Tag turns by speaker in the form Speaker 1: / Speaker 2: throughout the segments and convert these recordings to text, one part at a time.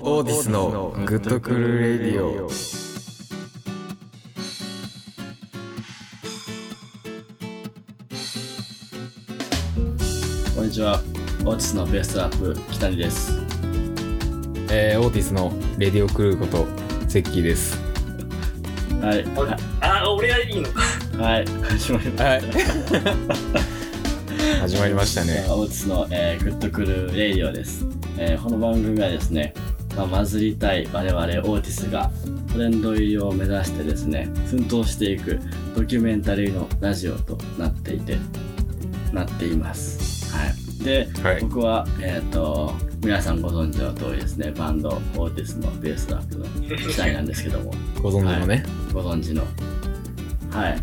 Speaker 1: オーディスのグッドクルレディオ
Speaker 2: こんにちは。オーティスのベーストラップ、北谷です。
Speaker 1: えー、オーディスのレディオクルーことゼッキーです
Speaker 2: はい。
Speaker 3: あ、俺がいいのか。
Speaker 2: はい。始まりました。
Speaker 1: はい 始まりましたね
Speaker 2: オーティスの、えーグッドクルレイディオです。えーこの番組はですね、まあ、バズりたい我々オーティスがトレンド入りを目指してですね、奮闘していくドキュメンタリーのラジオとなっていて、なっています。はい。で、
Speaker 1: はい
Speaker 2: 僕は、えっ、と、皆さんご存知の通りですね、バンドオーティスのベースラップの主体なんですけども、
Speaker 1: ご存知のね、
Speaker 2: ご存知のはい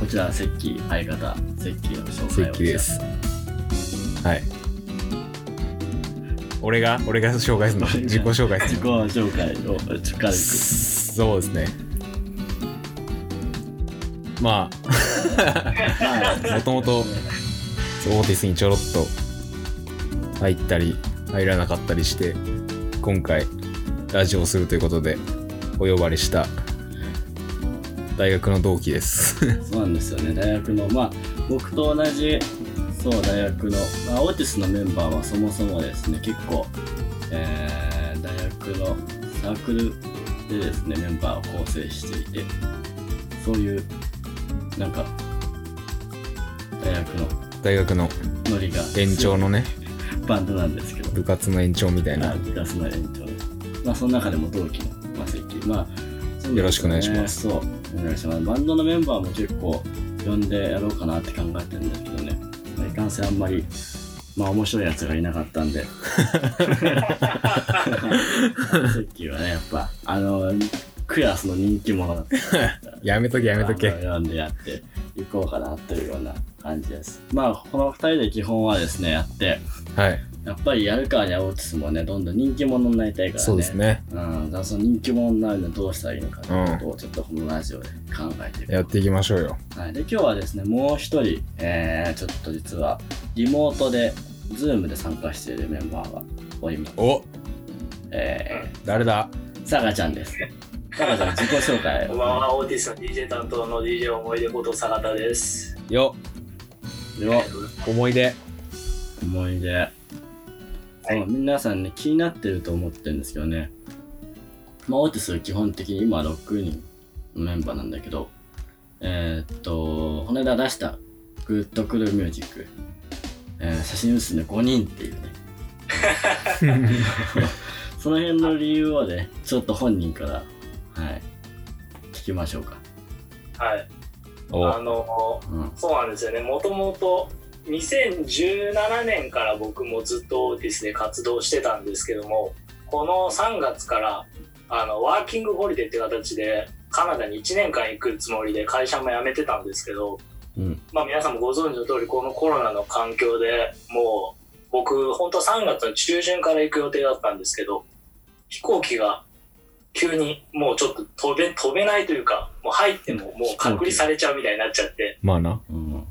Speaker 2: こちらセッキー相方セッキーの
Speaker 1: ゼ
Speaker 2: 紹介
Speaker 1: ッ
Speaker 2: を
Speaker 1: キーですはい俺が俺が紹介する の
Speaker 2: 俺が
Speaker 1: 自己紹介す
Speaker 2: 自
Speaker 1: る
Speaker 2: 己紹介を軽
Speaker 1: の
Speaker 2: く
Speaker 1: そうですねまあもともとオーディスにちょろっと入ったり入らなかったりして今回ラジオをするということでお呼ばれした大学の同期です
Speaker 2: そうなんですよね大学のまあ僕と同じそう大学の、まあ、オーティスのメンバーはそもそもですね結構、えー大学のサークルでですねメンバーを構成していてそういうなんか大学の
Speaker 1: 大学の
Speaker 2: ノリが
Speaker 1: 延長のね
Speaker 2: バンドなんですけど
Speaker 1: 部活の延長みたい
Speaker 2: ま
Speaker 1: な
Speaker 2: あ、ガスの延長まあ、その中でも同期の、まあ、関まあ、そうですね
Speaker 1: よろしくお願いします。。
Speaker 2: そう、お願いします。バンドのメンバーも結構呼んでやろうかなって考えてるんですけどね。まあいかんせんあんまり、まあ、面白いやつがいなかったんで。関はね、やっぱ、あの、クラスの人気者だった
Speaker 1: やめとけやめとけ
Speaker 2: 読んでやっていこうかなというような感じです。まあ、この二人で基本はですね、やって、
Speaker 1: はい
Speaker 2: やっぱりやるからにはオーティスもね、どんどん人気者になりたいからね。
Speaker 1: そうです。ね
Speaker 2: うん、だからその人気者になるにはどうしたらいいのかということをちょっとこのラジオで考えていく。
Speaker 1: やっていきましょうよ
Speaker 2: はい、で、今日はですね、もう一人、えー、ちょっと実は、リモートで、ズームで参加しているメンバーがおります。
Speaker 1: お
Speaker 2: え
Speaker 1: 誰だ
Speaker 2: ー、サガちゃんです。サガちゃん、自己紹介
Speaker 3: こんばんは、オーティスの DJ 担当の DJ 思い出こと坂田です。
Speaker 1: よ
Speaker 2: を
Speaker 1: 思い出
Speaker 2: 思い出。そう皆さんね、気になってると思ってるんですけどね。まあ、オーティスは基本的に今6人のメンバーなんだけど、えーっと、この間出したグッドクルーミュージック、えー写真写すね5人っていうね。 その辺の理由をね、ちょっと本人から、はい、聞きましょうか。
Speaker 3: はい。あ
Speaker 1: お
Speaker 3: の、
Speaker 2: うん。
Speaker 3: そうなんですよね。もともと2017年から僕もずっとオーティスで活動してたんですけども、この3月から、あの、ワーキングホリデーって形で、カナダに1年間行くつもりで会社も辞めてたんですけど、
Speaker 2: うん。
Speaker 3: まあ、皆さんもご存知の通りこのコロナの環境でもう僕本当3月の中旬から行く予定だったんですけど飛行機が急にもうちょっと飛べ飛べないというかもう入ってももう隔離されちゃうみたいになっちゃって
Speaker 1: まあな
Speaker 2: うん。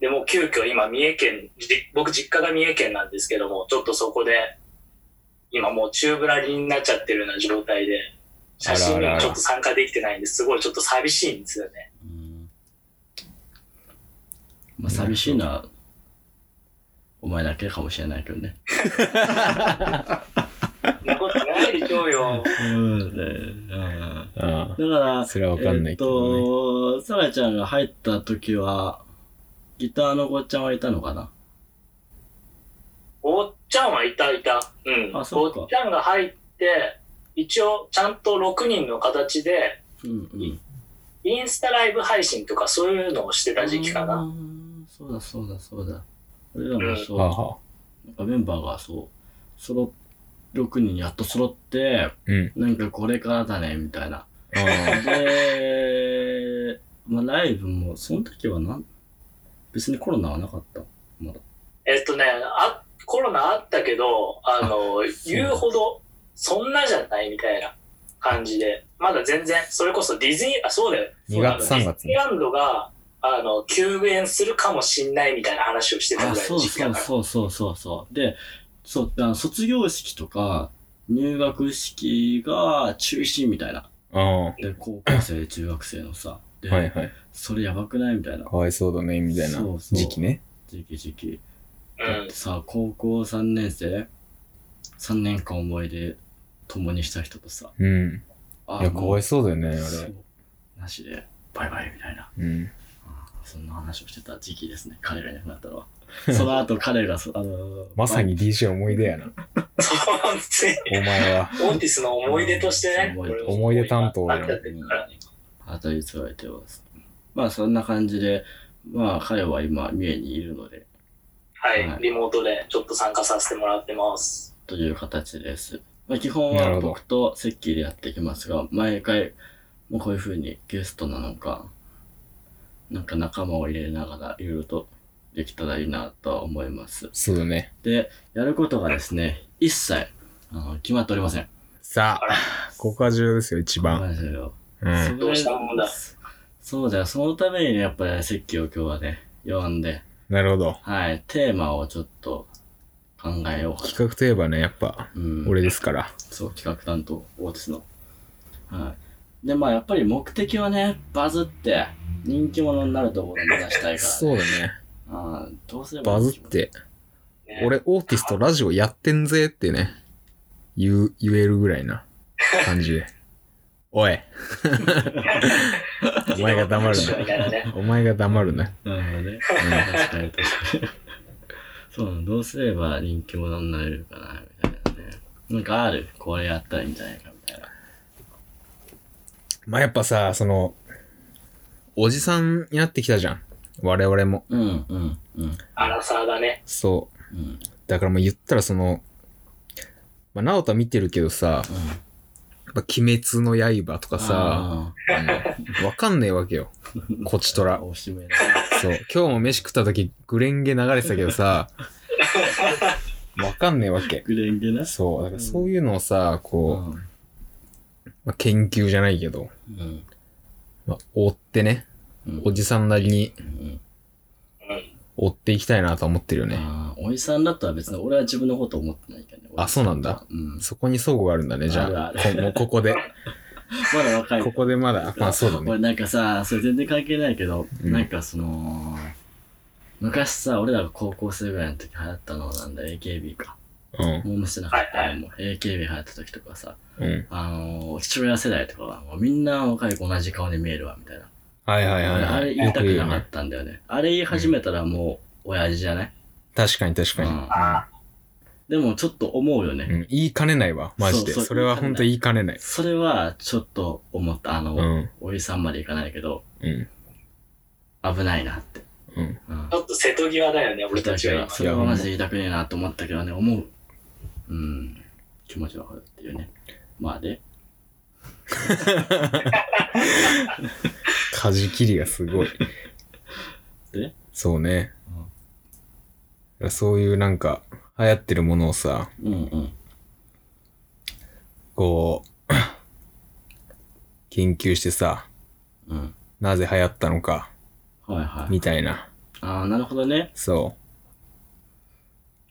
Speaker 3: でもう急遽今三重県じ僕実家が三重県なんですけどもちょっとそこで今もう宙ぶらりんになっちゃってるような状態で写真にはちょっと参加できてないんですごいちょっと寂しいんですよね。
Speaker 2: うんまあ、寂しいのは、お前だけかもしれないけどね。
Speaker 3: そんなことないでしょうよ。
Speaker 2: うんう
Speaker 1: う
Speaker 2: ん
Speaker 1: ん
Speaker 2: だから、
Speaker 1: それはわかんないけどね
Speaker 2: えっと、サラちゃんが入った時は、ギターのごっちゃんはいたのかな
Speaker 3: おっちゃんはいたいた。うん。
Speaker 2: あそうか
Speaker 3: おっちゃんが入って、一応ちゃんと6人の形で、
Speaker 2: うんうん。
Speaker 3: インスタライブ配信とかそういうのをしてた時期か
Speaker 2: あ
Speaker 3: な。
Speaker 2: ー。そうだそうだそうだ。俺らもそう、
Speaker 1: はあは
Speaker 2: なんかメンバーがそう、そろ、6人やっと揃って、
Speaker 1: あうん
Speaker 2: なんかこれからだね、みたいな。
Speaker 1: あー
Speaker 2: で、まあ、ライブも、その時はなん、別にコロナはなかった。まだ。
Speaker 3: えっとね、あ、コロナあったけど、あの、言うほど、そんなじゃないみたいな感じで、まだ全然、それこそディズニー、あ、そうだよ。
Speaker 1: 2月
Speaker 3: そう
Speaker 1: 3
Speaker 3: なのディ
Speaker 1: 月
Speaker 3: ズニーランドが、あの、休園するかもしんないみたいな話をしてた
Speaker 2: あ、
Speaker 3: ぐらい
Speaker 2: そ
Speaker 3: の
Speaker 2: う
Speaker 3: 時期
Speaker 2: そ
Speaker 3: だか
Speaker 2: う
Speaker 3: ら。
Speaker 2: そうそうそうそう。で、そう、あの卒業式とか、入学式が中止みたいな。
Speaker 1: ああ。は
Speaker 2: で、高校生、中学生のさ。で、
Speaker 1: いはい。
Speaker 2: それやばくないみたいな。
Speaker 1: かわいそうだね、みたいな
Speaker 2: そうそう
Speaker 1: 時期ね。
Speaker 2: 時期時期。
Speaker 3: う
Speaker 2: だっ
Speaker 3: ん
Speaker 2: て。さ、高校3年生 ?3 年間思い出共にした人とさ。
Speaker 1: うん。
Speaker 2: あ
Speaker 1: いや、かわい
Speaker 2: そ
Speaker 1: そうだよね、あ
Speaker 2: う
Speaker 1: れ。
Speaker 2: なしで、バイバイみたいな。
Speaker 1: うん。
Speaker 2: そんな話をしてた時期ですね。彼がいなくなったの は。その後彼がそ、あのー、
Speaker 1: まさに DJ 思い出 やな。
Speaker 3: そうなんですね。
Speaker 1: お前は。
Speaker 3: オーティスの思い出としてね。
Speaker 2: 思い出
Speaker 1: 思い出担当
Speaker 3: あ
Speaker 1: や
Speaker 3: っ
Speaker 1: な
Speaker 3: ちゃってるからね
Speaker 2: 当たりつられてます。まあそんな感じで、まあ彼は今三重にいるので、
Speaker 3: はい。リモートでちょっと参加させてもらってます。
Speaker 2: という形です。まあ基本
Speaker 1: なる
Speaker 2: は
Speaker 1: ほど
Speaker 2: 僕とセッキーでやっていきますが、毎回、もうこういう風にゲストなのか、なんか仲間を入れながらいろいろとできたらいいなとは思います。
Speaker 1: そうだね。
Speaker 2: で、やることがですね、一切、あの、決まっておりません。
Speaker 1: さあ、ここが重要ですよ、一番。
Speaker 2: ませんよ。
Speaker 1: うん。
Speaker 3: どうしたもんだ
Speaker 2: そうだよ。そのためにね、やっぱり、石器を今日はね、呼んで、
Speaker 1: なるほど。
Speaker 2: はい、テーマをちょっと考えようかな。
Speaker 1: 企画といえばね、やっぱ、
Speaker 2: うん、
Speaker 1: 俺ですから。
Speaker 2: そう、企画担当、大手の。はい。で、まあ、やっぱり目的はね、バズって、人気者になるところを目指したいから、ね。
Speaker 1: そうだね。
Speaker 2: あーどうすれば
Speaker 1: バズって、
Speaker 3: ね
Speaker 1: 俺オーティスとラジオやってんぜってね、言う、言えるぐらいな感じ で。おいお前が黙る
Speaker 3: みたいなね。
Speaker 1: な。お前が黙るな。
Speaker 2: なるほどね。確かに確かに。そうなの、どうすれば人気者になれるかな、みたいなね。なんかある、これやったらいいんじゃないか、みたいな。
Speaker 1: まあやっぱさ、その、おじさんになってきたじゃん。我々も。
Speaker 2: うん、うん、うん。
Speaker 3: アラサーだね。
Speaker 1: そ
Speaker 2: うん、
Speaker 1: う。だからもう言ったらその、まあ、直人見てるけどさ、
Speaker 2: うん。
Speaker 1: やっぱ鬼滅の刃とかさ、
Speaker 2: あ
Speaker 1: あのわかんねえわけ よ。こちと
Speaker 2: ー、
Speaker 1: ら。
Speaker 2: おしめな。
Speaker 1: そう。今日も飯食った時、グレンゲ流れてたけどさ、わかんねえわけ。
Speaker 2: グレンゲな。
Speaker 1: そう。だからそういうのをさ、
Speaker 2: う
Speaker 1: こ
Speaker 2: ん。
Speaker 1: う、まあ研究じゃないけど、
Speaker 2: うん。
Speaker 1: まあ追ってね、
Speaker 2: うん
Speaker 1: おじさんなりに
Speaker 2: うん
Speaker 3: うん。
Speaker 1: 追っていきたいなと思ってるよね。
Speaker 2: あーおじさんだったら別に俺は自分のこと思ってないからね。
Speaker 1: あそうなんだ。
Speaker 2: うん。
Speaker 1: そこに相互があるんだね、じゃあ。
Speaker 2: あるあ
Speaker 1: こもうここで。
Speaker 2: まだ若い。
Speaker 1: ここでまだ、まあそうだね。
Speaker 2: 俺なんかさ、それ全然関係ないけど、
Speaker 1: うん
Speaker 2: なんかその、昔さ、俺らが高校生ぐらいの時流行ったのなんだ、AKB か。
Speaker 1: うん。
Speaker 2: もうしてなかった
Speaker 3: はいは
Speaker 2: ね。もう AKB 流行った時とかさ、
Speaker 1: うん。
Speaker 2: あのー、父親世代とかは、もうみんな若い子同じ顔に見えるわ、みたいな。
Speaker 1: はいはいはい
Speaker 2: あ
Speaker 1: は
Speaker 2: れ
Speaker 1: い。
Speaker 2: 言
Speaker 1: よ
Speaker 2: いた
Speaker 1: く
Speaker 2: く
Speaker 1: 言うよ
Speaker 2: なか
Speaker 1: ね
Speaker 2: っ。たんだよね。あれ言い始めたらもう、親父じゃない
Speaker 1: 確かに確か
Speaker 2: でもちょっと思うよね。
Speaker 1: に。うん。うん言いかねないわ、マジで。
Speaker 2: そうそう
Speaker 1: それは本当言いかねない。
Speaker 2: それはちょっと思った。あの、
Speaker 1: うん。
Speaker 2: おじさんまでいかないけど、
Speaker 1: うん。
Speaker 2: 危ないなって。
Speaker 1: うん。
Speaker 2: うん
Speaker 3: ち。ょっと瀬戸際だよね、俺
Speaker 2: 俺
Speaker 3: た
Speaker 2: た
Speaker 3: ち
Speaker 2: ち
Speaker 3: は
Speaker 2: は、それはマジで言いたくねえなと思ったけどね、思う。うん。気持ちわかるっていうね。まあで、
Speaker 1: かじきりがす ごい。
Speaker 2: で
Speaker 1: そうね。そういうなんか、流行ってるものをさ、
Speaker 2: うんうん。
Speaker 1: こう、 研究してさ、
Speaker 2: うん。
Speaker 1: なぜ流行ったのか、
Speaker 2: はいはい。
Speaker 1: みたいな。
Speaker 2: ああ、なるほどね。
Speaker 1: そ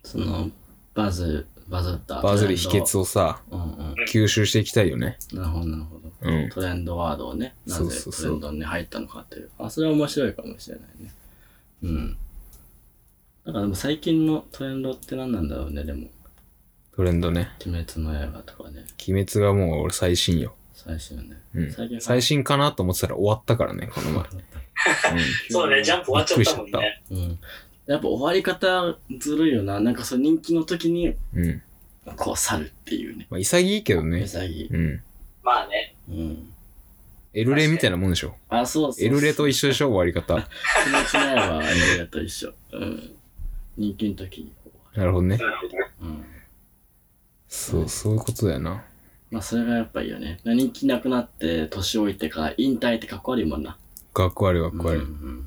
Speaker 2: その、バズ、バズった。
Speaker 1: う。バズる秘訣
Speaker 2: を。
Speaker 1: をさ、
Speaker 2: うんうん。
Speaker 1: 吸収していきたいよね。
Speaker 2: なるほどなるほど。
Speaker 1: うん。
Speaker 2: トレンドワードをね、な
Speaker 1: そう
Speaker 2: ぜ
Speaker 1: そう
Speaker 2: ト
Speaker 1: そう
Speaker 2: レンドに入ったのかっていう。あ、それは面白いかもしれないね。うん。だからでも最近のトレンドって何なんだろうね、でも。
Speaker 1: トレンドね。
Speaker 2: 鬼滅の刃とかね、
Speaker 1: 鬼滅がもう俺最新よ。
Speaker 2: 最新ね。
Speaker 1: うん
Speaker 2: 最近。
Speaker 1: 最新かなと思ってたら終わったからね、この前。
Speaker 3: そうね、ジャンプ終わっちゃったもん
Speaker 1: びっくり
Speaker 3: ね。
Speaker 2: うん。やっぱ終わり方ずるいよな。なんかその人気の時に、
Speaker 1: うん。うん。
Speaker 2: こう去るっていうね。
Speaker 1: まあ、潔いけどね。
Speaker 2: 潔い。
Speaker 1: うん。
Speaker 3: まあね。
Speaker 2: うん。
Speaker 1: エルレみたいなもんでしょ。
Speaker 2: あ、そうそう。
Speaker 1: エルレと
Speaker 2: 一
Speaker 1: 一緒でしょ、終わり方。
Speaker 2: 緒。鬼滅の刃はエルレと一緒。うん。人気の時にこ
Speaker 1: なるほどね。
Speaker 2: う。うん。
Speaker 1: そう、そういうことだよな。
Speaker 2: まあそれがやっぱいいよね。人気なくなって、年老いてから引退ってかっこ悪いもんな。
Speaker 1: かっこ悪い、かっこ悪い。
Speaker 2: うん
Speaker 3: う
Speaker 2: うん
Speaker 3: ん。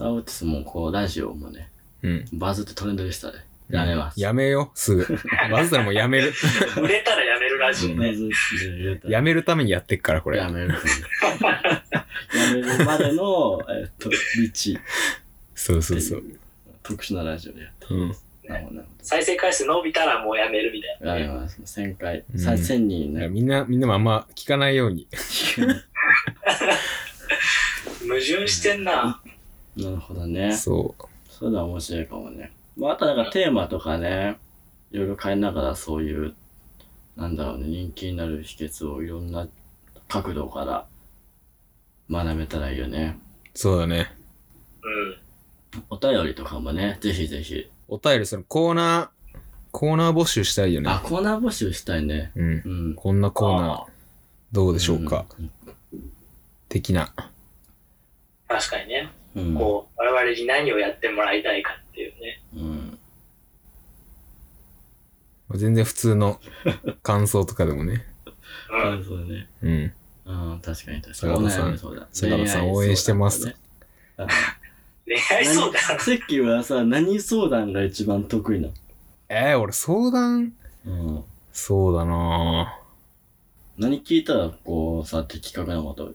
Speaker 2: アウティスもこう、ラジオもね、
Speaker 1: うん。
Speaker 2: バズってトレンドでしたね。やめます。
Speaker 1: やめよ、す ぐ。まずたらもうやめる。
Speaker 3: 売れたらやめるラジオ
Speaker 2: バ
Speaker 3: ね。
Speaker 2: ズって入れた
Speaker 1: やめるためにやってっから、これ
Speaker 2: や。める。やめるまで の、えっと、道。
Speaker 1: そうそうそう。
Speaker 2: 特殊なラジオでやっ
Speaker 1: うん。
Speaker 2: てなるほどなる
Speaker 3: 再生回数伸びたらもうやめるみたい
Speaker 2: ほど。
Speaker 3: な
Speaker 2: な
Speaker 3: ね、
Speaker 2: るほど。1000回、
Speaker 1: うん
Speaker 2: さ1000人に
Speaker 1: い
Speaker 2: な
Speaker 1: や
Speaker 2: る。
Speaker 1: みんな、みんなもあんま聞かないように。
Speaker 3: 矛盾してんな、
Speaker 2: なるほどね。
Speaker 1: そ
Speaker 2: そういうのは面白いかもね。まあ、あとなんかテーマとかね、いろいろ変えながらそういう、なんだろうね、人気になる秘訣をいろんな角度から学べたらいいよね。
Speaker 1: う。そうだね。
Speaker 3: うん、
Speaker 2: お便りとかもね、ぜひぜひ。
Speaker 1: お便り、そのコーナー、コーナー募集したいよね
Speaker 2: あ、。コーナー募集したいね。
Speaker 1: うん。
Speaker 2: うん。
Speaker 1: こんなコーナー、どう
Speaker 2: で
Speaker 1: でしょうか。。的な。
Speaker 3: 確かにね、
Speaker 2: うん。
Speaker 3: こう我々に何をやってもらいたいかっていうね
Speaker 2: うん。
Speaker 1: 全然普通 の感想とかでもね。
Speaker 3: うん
Speaker 2: そうだね。
Speaker 1: うん。
Speaker 2: うん、確かに確かに。
Speaker 1: 坂田さん
Speaker 2: お悩みそうだ
Speaker 1: 坂田さん
Speaker 2: 恋愛
Speaker 1: 応援してます
Speaker 2: 相談とかね
Speaker 3: 恋愛相談
Speaker 2: 何さっきはさ、何相談が一番得意な
Speaker 1: えー、俺相談、
Speaker 2: のうん。
Speaker 1: そうだなぁ
Speaker 2: 何聞いたら、こう、さ、的確なこと教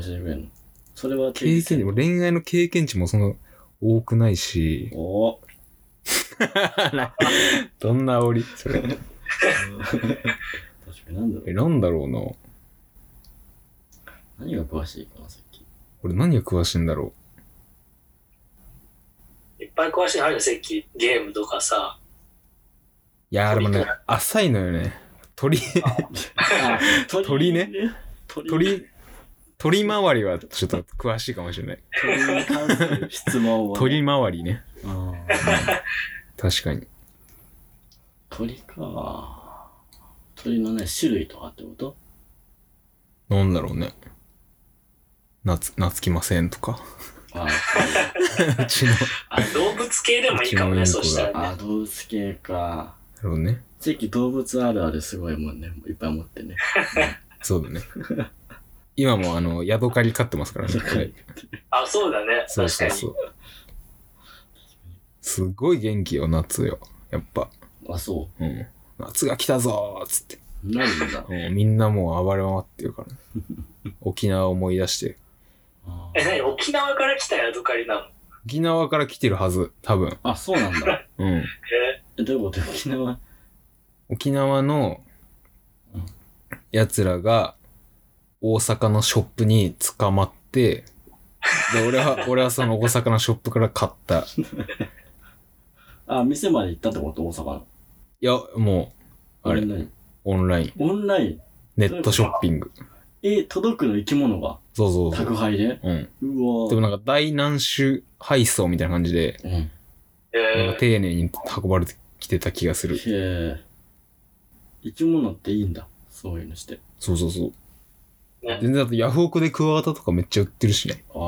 Speaker 2: えてくれるのそれは
Speaker 1: 経験値、俺恋愛の経験値もその多くないし。
Speaker 2: おお。
Speaker 1: どんな煽りそれ。
Speaker 2: 確かになんだろ
Speaker 1: え、
Speaker 2: う。
Speaker 1: なんだろうな
Speaker 2: 何が詳しいかな、さっき。
Speaker 1: 俺何が詳しいんだろ
Speaker 3: いっぱい詳しいのあるよさっきゲームとかさ
Speaker 1: う。いやーでもね、浅いのよね。鳥、
Speaker 2: あ
Speaker 1: 鳥ね。
Speaker 2: 鳥鳥
Speaker 1: 鳥、鳥回りはちょっと詳しいかもしれない。
Speaker 2: に関する質問をね。
Speaker 1: 鳥回りね。
Speaker 2: うん。
Speaker 1: 確かに。
Speaker 2: 鳥か。鳥のね、種類とかってこと
Speaker 1: なんだろうね。なつ、なつきませんとか。
Speaker 2: あ
Speaker 1: うちの。 な
Speaker 3: あ動物系でもいいかもね
Speaker 1: うちの
Speaker 3: そ
Speaker 1: インコが
Speaker 3: したらね
Speaker 2: あ、動物系か。
Speaker 1: るほどね。
Speaker 2: さっき動物あるあるすごいもんね。いっぱい持って ね。
Speaker 1: そうだね。今もあの、ヤドカリ飼ってますからね。はい
Speaker 3: あそうだね
Speaker 1: そう
Speaker 3: 確か
Speaker 1: そう
Speaker 3: に
Speaker 1: そう。すごい元気よ、夏よ。やっぱ。
Speaker 2: あ、そ
Speaker 1: うん。夏が来たぞーっつって。
Speaker 2: う。なんだ。
Speaker 1: うんみんなもう暴れ回ってるから、ね。 沖縄を思い出して。
Speaker 2: あ
Speaker 3: え
Speaker 2: ー
Speaker 3: 何沖縄から来たヤドカリなの
Speaker 1: 沖縄から来てるはず、多分。
Speaker 2: あ、そうなんだ。
Speaker 1: うん。
Speaker 3: え
Speaker 2: えどういうこと沖縄
Speaker 1: 沖縄の
Speaker 2: うん
Speaker 1: 奴らが大阪のショップに捕まって、で、俺 は、俺はその大阪のショップから買った。い
Speaker 2: あ、店まで行ったってこと大阪の。
Speaker 1: や、もう、あ
Speaker 2: オ
Speaker 1: れ
Speaker 2: ン、ライン
Speaker 1: オンライン、
Speaker 2: オンライン
Speaker 1: ネットショッピング。
Speaker 2: え、届くの生き物が
Speaker 1: そうそうそ
Speaker 2: 宅
Speaker 1: う。
Speaker 2: 配で
Speaker 1: うん。
Speaker 2: うわ
Speaker 1: でも
Speaker 2: ー
Speaker 1: なんか大南州配送みたいな感じで、
Speaker 2: うん。
Speaker 1: な
Speaker 2: へ
Speaker 1: んか
Speaker 3: え
Speaker 1: 丁寧に運ばれてきてた気がする。
Speaker 2: え。生き物っていいんだ。そういうのして。
Speaker 1: そうそうそう。
Speaker 3: ね
Speaker 1: 全然だとヤフオクでクワガタとかめっちゃ売ってるしね。
Speaker 2: あ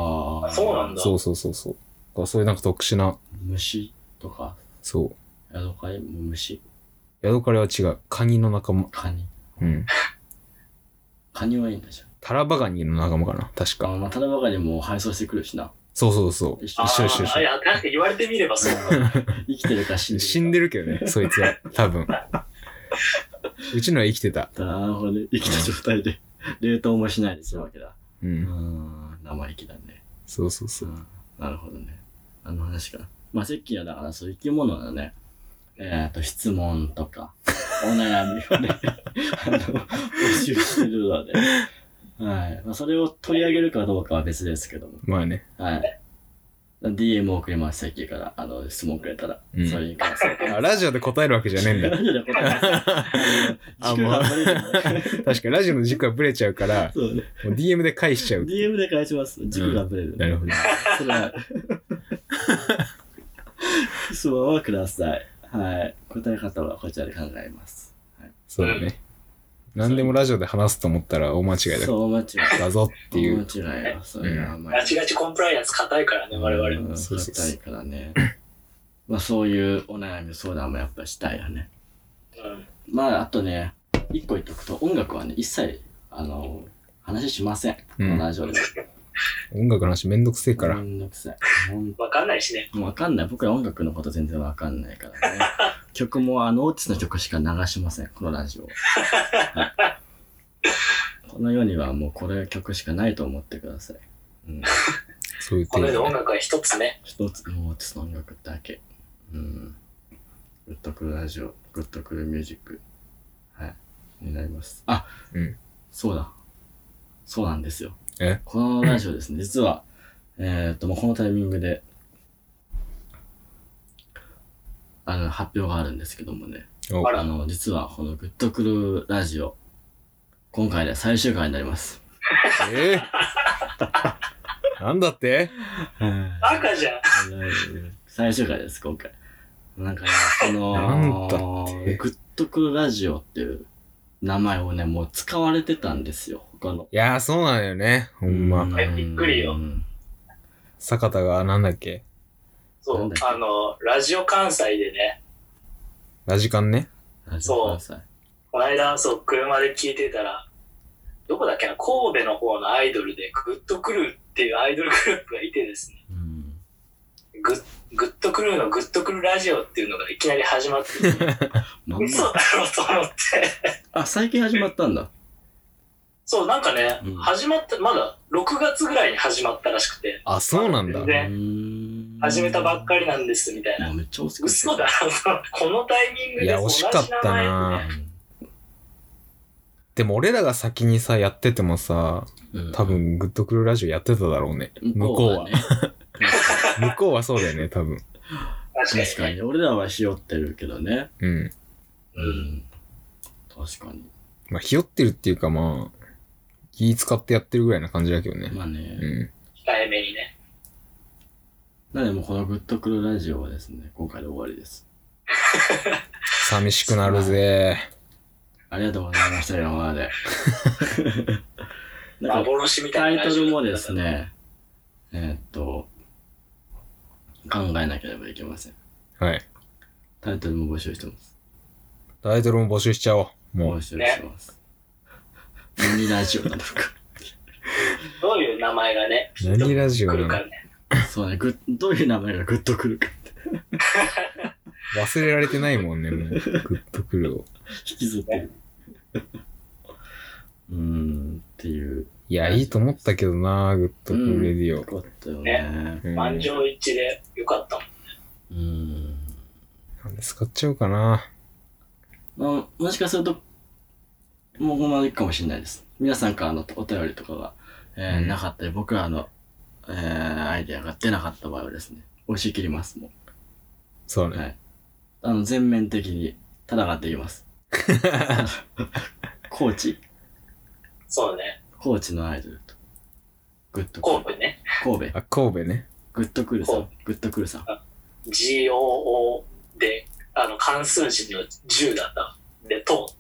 Speaker 2: あ。
Speaker 3: ー、そうなんだ
Speaker 1: そうそうそうそう。だからそういうなんか特殊な、
Speaker 2: 虫とか、
Speaker 1: そう。
Speaker 2: ヤドカリ、虫、
Speaker 1: ヤドカリは違う。カニの仲間。
Speaker 2: カニ。
Speaker 1: うん。
Speaker 2: カニはいいんだじゃん。
Speaker 1: タラバガニの仲間かな確か。
Speaker 2: あまただばかりも配送してくるしな。
Speaker 1: そうそうそう。
Speaker 2: 一
Speaker 1: 一
Speaker 2: 緒
Speaker 1: 緒
Speaker 3: あ
Speaker 1: 一緒
Speaker 3: ー
Speaker 1: 一
Speaker 3: い
Speaker 1: 緒。
Speaker 3: や確かに言われてみればそうだ
Speaker 2: 生きてるか死んでるか。
Speaker 1: 死んでるけどね、そいつは。多分。うちのは生きてた。
Speaker 2: なるほどね。生きた状態で、冷凍もしないでするわけだ。
Speaker 1: う。
Speaker 2: うんん、生意気だね。
Speaker 1: そうそうそうう。
Speaker 2: ん、なるほどね。あの話か。まあ、さっきはだから、そう、生き物のね、えっ、と、質問とか、お悩み をね、あの、募集してるので、はい。まあ、それを取り上げるかどうかは別ですけども、
Speaker 1: まあね。
Speaker 2: はい。DM を送ります、さっきから、あの、質問くれたら、
Speaker 1: うん
Speaker 2: それに関する。
Speaker 1: あラジオで答えるわけじゃねえんだよ。
Speaker 2: ラジオで答えます。
Speaker 1: あ
Speaker 2: あの、軸が
Speaker 1: もう
Speaker 2: 取れるね
Speaker 1: 確かにラジオの軸がブレちゃうから、
Speaker 2: そうね。
Speaker 1: もう DM で返しちゃう。
Speaker 2: DM で返します。軸がぶれる。
Speaker 1: なるほど。
Speaker 2: それは。 質問はください。はい。答え方はこちらで考えます。
Speaker 1: そうだね。何でもラジオで話すと思ったら大間違いだ
Speaker 2: そう、間違い。
Speaker 1: だぞっていう。
Speaker 2: 間違いは、それはあんまり。
Speaker 3: ガチガチコンプライアンス硬いからね我々も
Speaker 2: も。
Speaker 1: そうそうそう
Speaker 2: 硬いか らね。まあ、そういうお悩み相談もやっぱしたいよね。
Speaker 3: うん
Speaker 2: まあ、あとね、一個言っとくと、音楽はね、一切、あの、話しません。こ
Speaker 1: うん
Speaker 2: のラジオで。
Speaker 1: 音楽の話めんどくせえか
Speaker 2: め
Speaker 1: ら。
Speaker 2: んどくさい。ほん
Speaker 3: わかんないしね。
Speaker 2: もうわかんない。僕ら音楽のこと全然わかんないからね。曲もあの、オーティスの曲しか流しません。このラジオ。はいこの世にはもうこれ曲しかないと思ってください。うん。
Speaker 1: そういう
Speaker 3: こ
Speaker 1: 程
Speaker 3: の世で
Speaker 1: 度
Speaker 3: 音
Speaker 1: ね。
Speaker 3: 楽は一つね。
Speaker 2: 一つのオーティスの音楽だけ。うん。グッとくるラジオ、グッとくるミュージック、はい、になります。あ、
Speaker 1: うん
Speaker 2: そうだ。そうなんですよ。
Speaker 1: え
Speaker 2: このラジ オですね、実は、えーっと、もうこのタイミングで、あの、発表があるんですけどもね、
Speaker 1: お
Speaker 3: あら
Speaker 2: あの、実はこのグッとくるラジオ、今回で最終回になります。
Speaker 1: えー なんだって
Speaker 3: 赤じゃん。
Speaker 2: 最終回です、今回。な んかね、こ
Speaker 1: なんだ
Speaker 2: の
Speaker 1: って、
Speaker 2: グッとくるラジオっていう名前をね、もう使われてたんですよ、他の。
Speaker 1: いやー、そうなんだよね。ほんま。
Speaker 3: えびっくりよ
Speaker 2: うん
Speaker 1: 坂田が、なんだっけ
Speaker 3: そ
Speaker 2: なん
Speaker 3: う
Speaker 2: だっ、け
Speaker 3: あの、ラジオ関西でね、
Speaker 1: ラジカンね。
Speaker 2: ラジオ関西
Speaker 3: この間、そう、車で聞いてたら、どこだっけな、神戸の方のアイドルで、グッとくるっていうアイドルグループがいてですね、
Speaker 2: うん
Speaker 3: グッ、グッとくるのグッとくるラジオっていうのがいきなり始まって、
Speaker 2: まんま
Speaker 3: 嘘だろうと思って、
Speaker 2: あ、最近始まったんだ。
Speaker 3: そう、なんかね、
Speaker 2: うん
Speaker 3: 始まった、まだ6月ぐらいに始まったらしくて、
Speaker 1: あ、そうなんだ
Speaker 3: 全。然始
Speaker 2: 始
Speaker 3: めたばっか
Speaker 2: り。
Speaker 3: りなんです、みたい
Speaker 2: も
Speaker 3: な
Speaker 2: う。めっちゃ惜しかった。
Speaker 3: 嘘だろうと思って、このタイミング
Speaker 1: い
Speaker 3: で
Speaker 1: や、惜
Speaker 3: 同じ
Speaker 1: しかっ
Speaker 3: 名
Speaker 1: た
Speaker 3: 前で
Speaker 1: な
Speaker 3: ね。
Speaker 1: でも俺らが先にさ、やっててもさ、
Speaker 2: うん
Speaker 1: 多、分、グッとくるラジオやってただろうね。向こうは。
Speaker 2: ね。
Speaker 1: 向こうはそうだよね、多分。
Speaker 3: 確かに
Speaker 2: 確かに。俺らはひよってるけどね。
Speaker 1: うん。
Speaker 3: うん。
Speaker 2: 確かに。
Speaker 1: まあ、ひよってるっていうか、まあ、気使ってやってるぐらいな感じだけどね。
Speaker 2: まあね。
Speaker 1: うん。
Speaker 3: 控えめにね。
Speaker 2: なのでもうこのグッとくるラジオはですね、今回で終わりです。
Speaker 1: 寂しくなるぜ。
Speaker 2: ありがとうございました、今まで。 なんか、
Speaker 3: 幻みた
Speaker 2: タ
Speaker 3: い
Speaker 2: イ
Speaker 3: な
Speaker 2: ト
Speaker 3: ラジオ
Speaker 2: ル
Speaker 3: だ
Speaker 2: もですね、えーっと、考えなければいけません。
Speaker 1: はい。
Speaker 2: タイトルも募集してます。
Speaker 1: タイトルも募集しちゃおう。も
Speaker 2: 募
Speaker 1: う、
Speaker 2: 集してます。何ラジオなのか。
Speaker 3: どういう名前がね、
Speaker 1: 何ラジオ
Speaker 3: 来
Speaker 1: な
Speaker 3: る
Speaker 1: の
Speaker 3: かね。
Speaker 2: そうね、グッどういう名前がグッとくるかって
Speaker 1: 忘れられてないもんね、も う。グッとくるを。
Speaker 2: 引きずってる。 うーん、っていう。
Speaker 1: いや、いいと思ったけどな、グッとくるレディ
Speaker 2: よ
Speaker 1: オ。
Speaker 2: かったよね
Speaker 3: ね。
Speaker 1: うん
Speaker 3: 満場一致でよかったもん。
Speaker 2: うーん。
Speaker 1: なんで使っちゃおうかな。
Speaker 2: まあ、もしかすると、もうこのままいくかもしれないです。皆さんからのお便りとかが、えー
Speaker 1: うん
Speaker 2: なかったり、僕らの、えーアイデアが出なかった場合はですね、押し切ります、も
Speaker 1: そう
Speaker 2: う。
Speaker 1: ね。
Speaker 2: はい。あの、全面的に戦ってい きます。コーチ、
Speaker 3: そうね。
Speaker 2: コーチのアイドルと。グッと
Speaker 3: 神
Speaker 2: く
Speaker 3: 戸
Speaker 2: る。
Speaker 3: ね。
Speaker 2: 神戸。
Speaker 1: あ、神戸ね。
Speaker 2: グッとくるさ
Speaker 3: 神
Speaker 2: ん。グッとくるさん。
Speaker 3: GOO で、あの、関数字の10だったわ。で、と、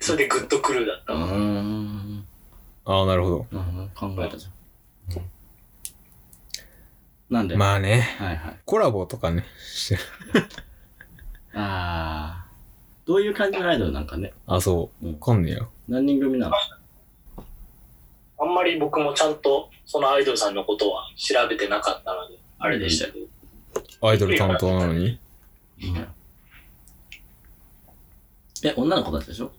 Speaker 3: それでグッとくるだった
Speaker 2: う
Speaker 3: わ。
Speaker 2: ーん。
Speaker 1: ああ、なるほど。
Speaker 2: うん考えたじゃん。なんで、
Speaker 1: まあね、
Speaker 2: はいはい。
Speaker 1: コラボとかね、してる。
Speaker 2: ああ。どういう感じのアイドルなんかね。
Speaker 1: あ、そう。
Speaker 2: うん
Speaker 1: わかんねえよ。
Speaker 2: 何人組なの
Speaker 3: あんまり僕もちゃんと、そのアイドルさんのことは調べてなかったので、あれでしたけど。
Speaker 1: アイドル担当なのに。
Speaker 2: え、女の子たちでしょ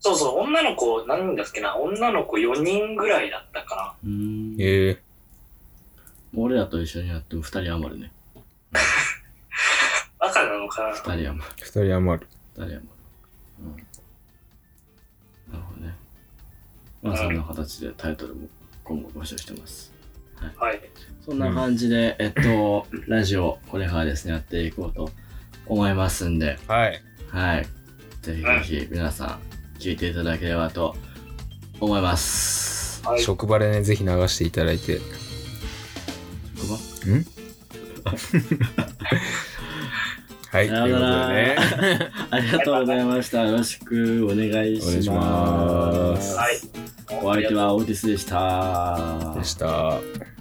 Speaker 3: そうそう、女の子、何人だっけな、女の子4人ぐらいだったか
Speaker 2: うん
Speaker 1: ええ
Speaker 2: 俺らと一緒にやっても二人余るね。
Speaker 3: な。赤なのかな
Speaker 2: 二人余る。
Speaker 1: 二人余る。
Speaker 2: 二人余る。うん。なるほどね。まあそんな形でタイトルも今後募集してます。
Speaker 3: はい。
Speaker 2: そんな感じで、えっと、ラジオ、これからですね、やっていこうと思いますんで、
Speaker 1: はい。
Speaker 2: はい。ぜひぜひ皆さん、聞いていただければと思います。
Speaker 3: はい。
Speaker 1: 職場でね、ぜひ流していただいて。
Speaker 2: 職場
Speaker 1: はい。
Speaker 2: さようなら
Speaker 1: ということでね。
Speaker 2: ありがとうございました。よろしくお願
Speaker 1: お
Speaker 2: い
Speaker 1: 願い
Speaker 2: し
Speaker 1: し
Speaker 2: ま。
Speaker 1: ますす
Speaker 3: はい。
Speaker 2: お相手はオーティスでした。
Speaker 1: でした。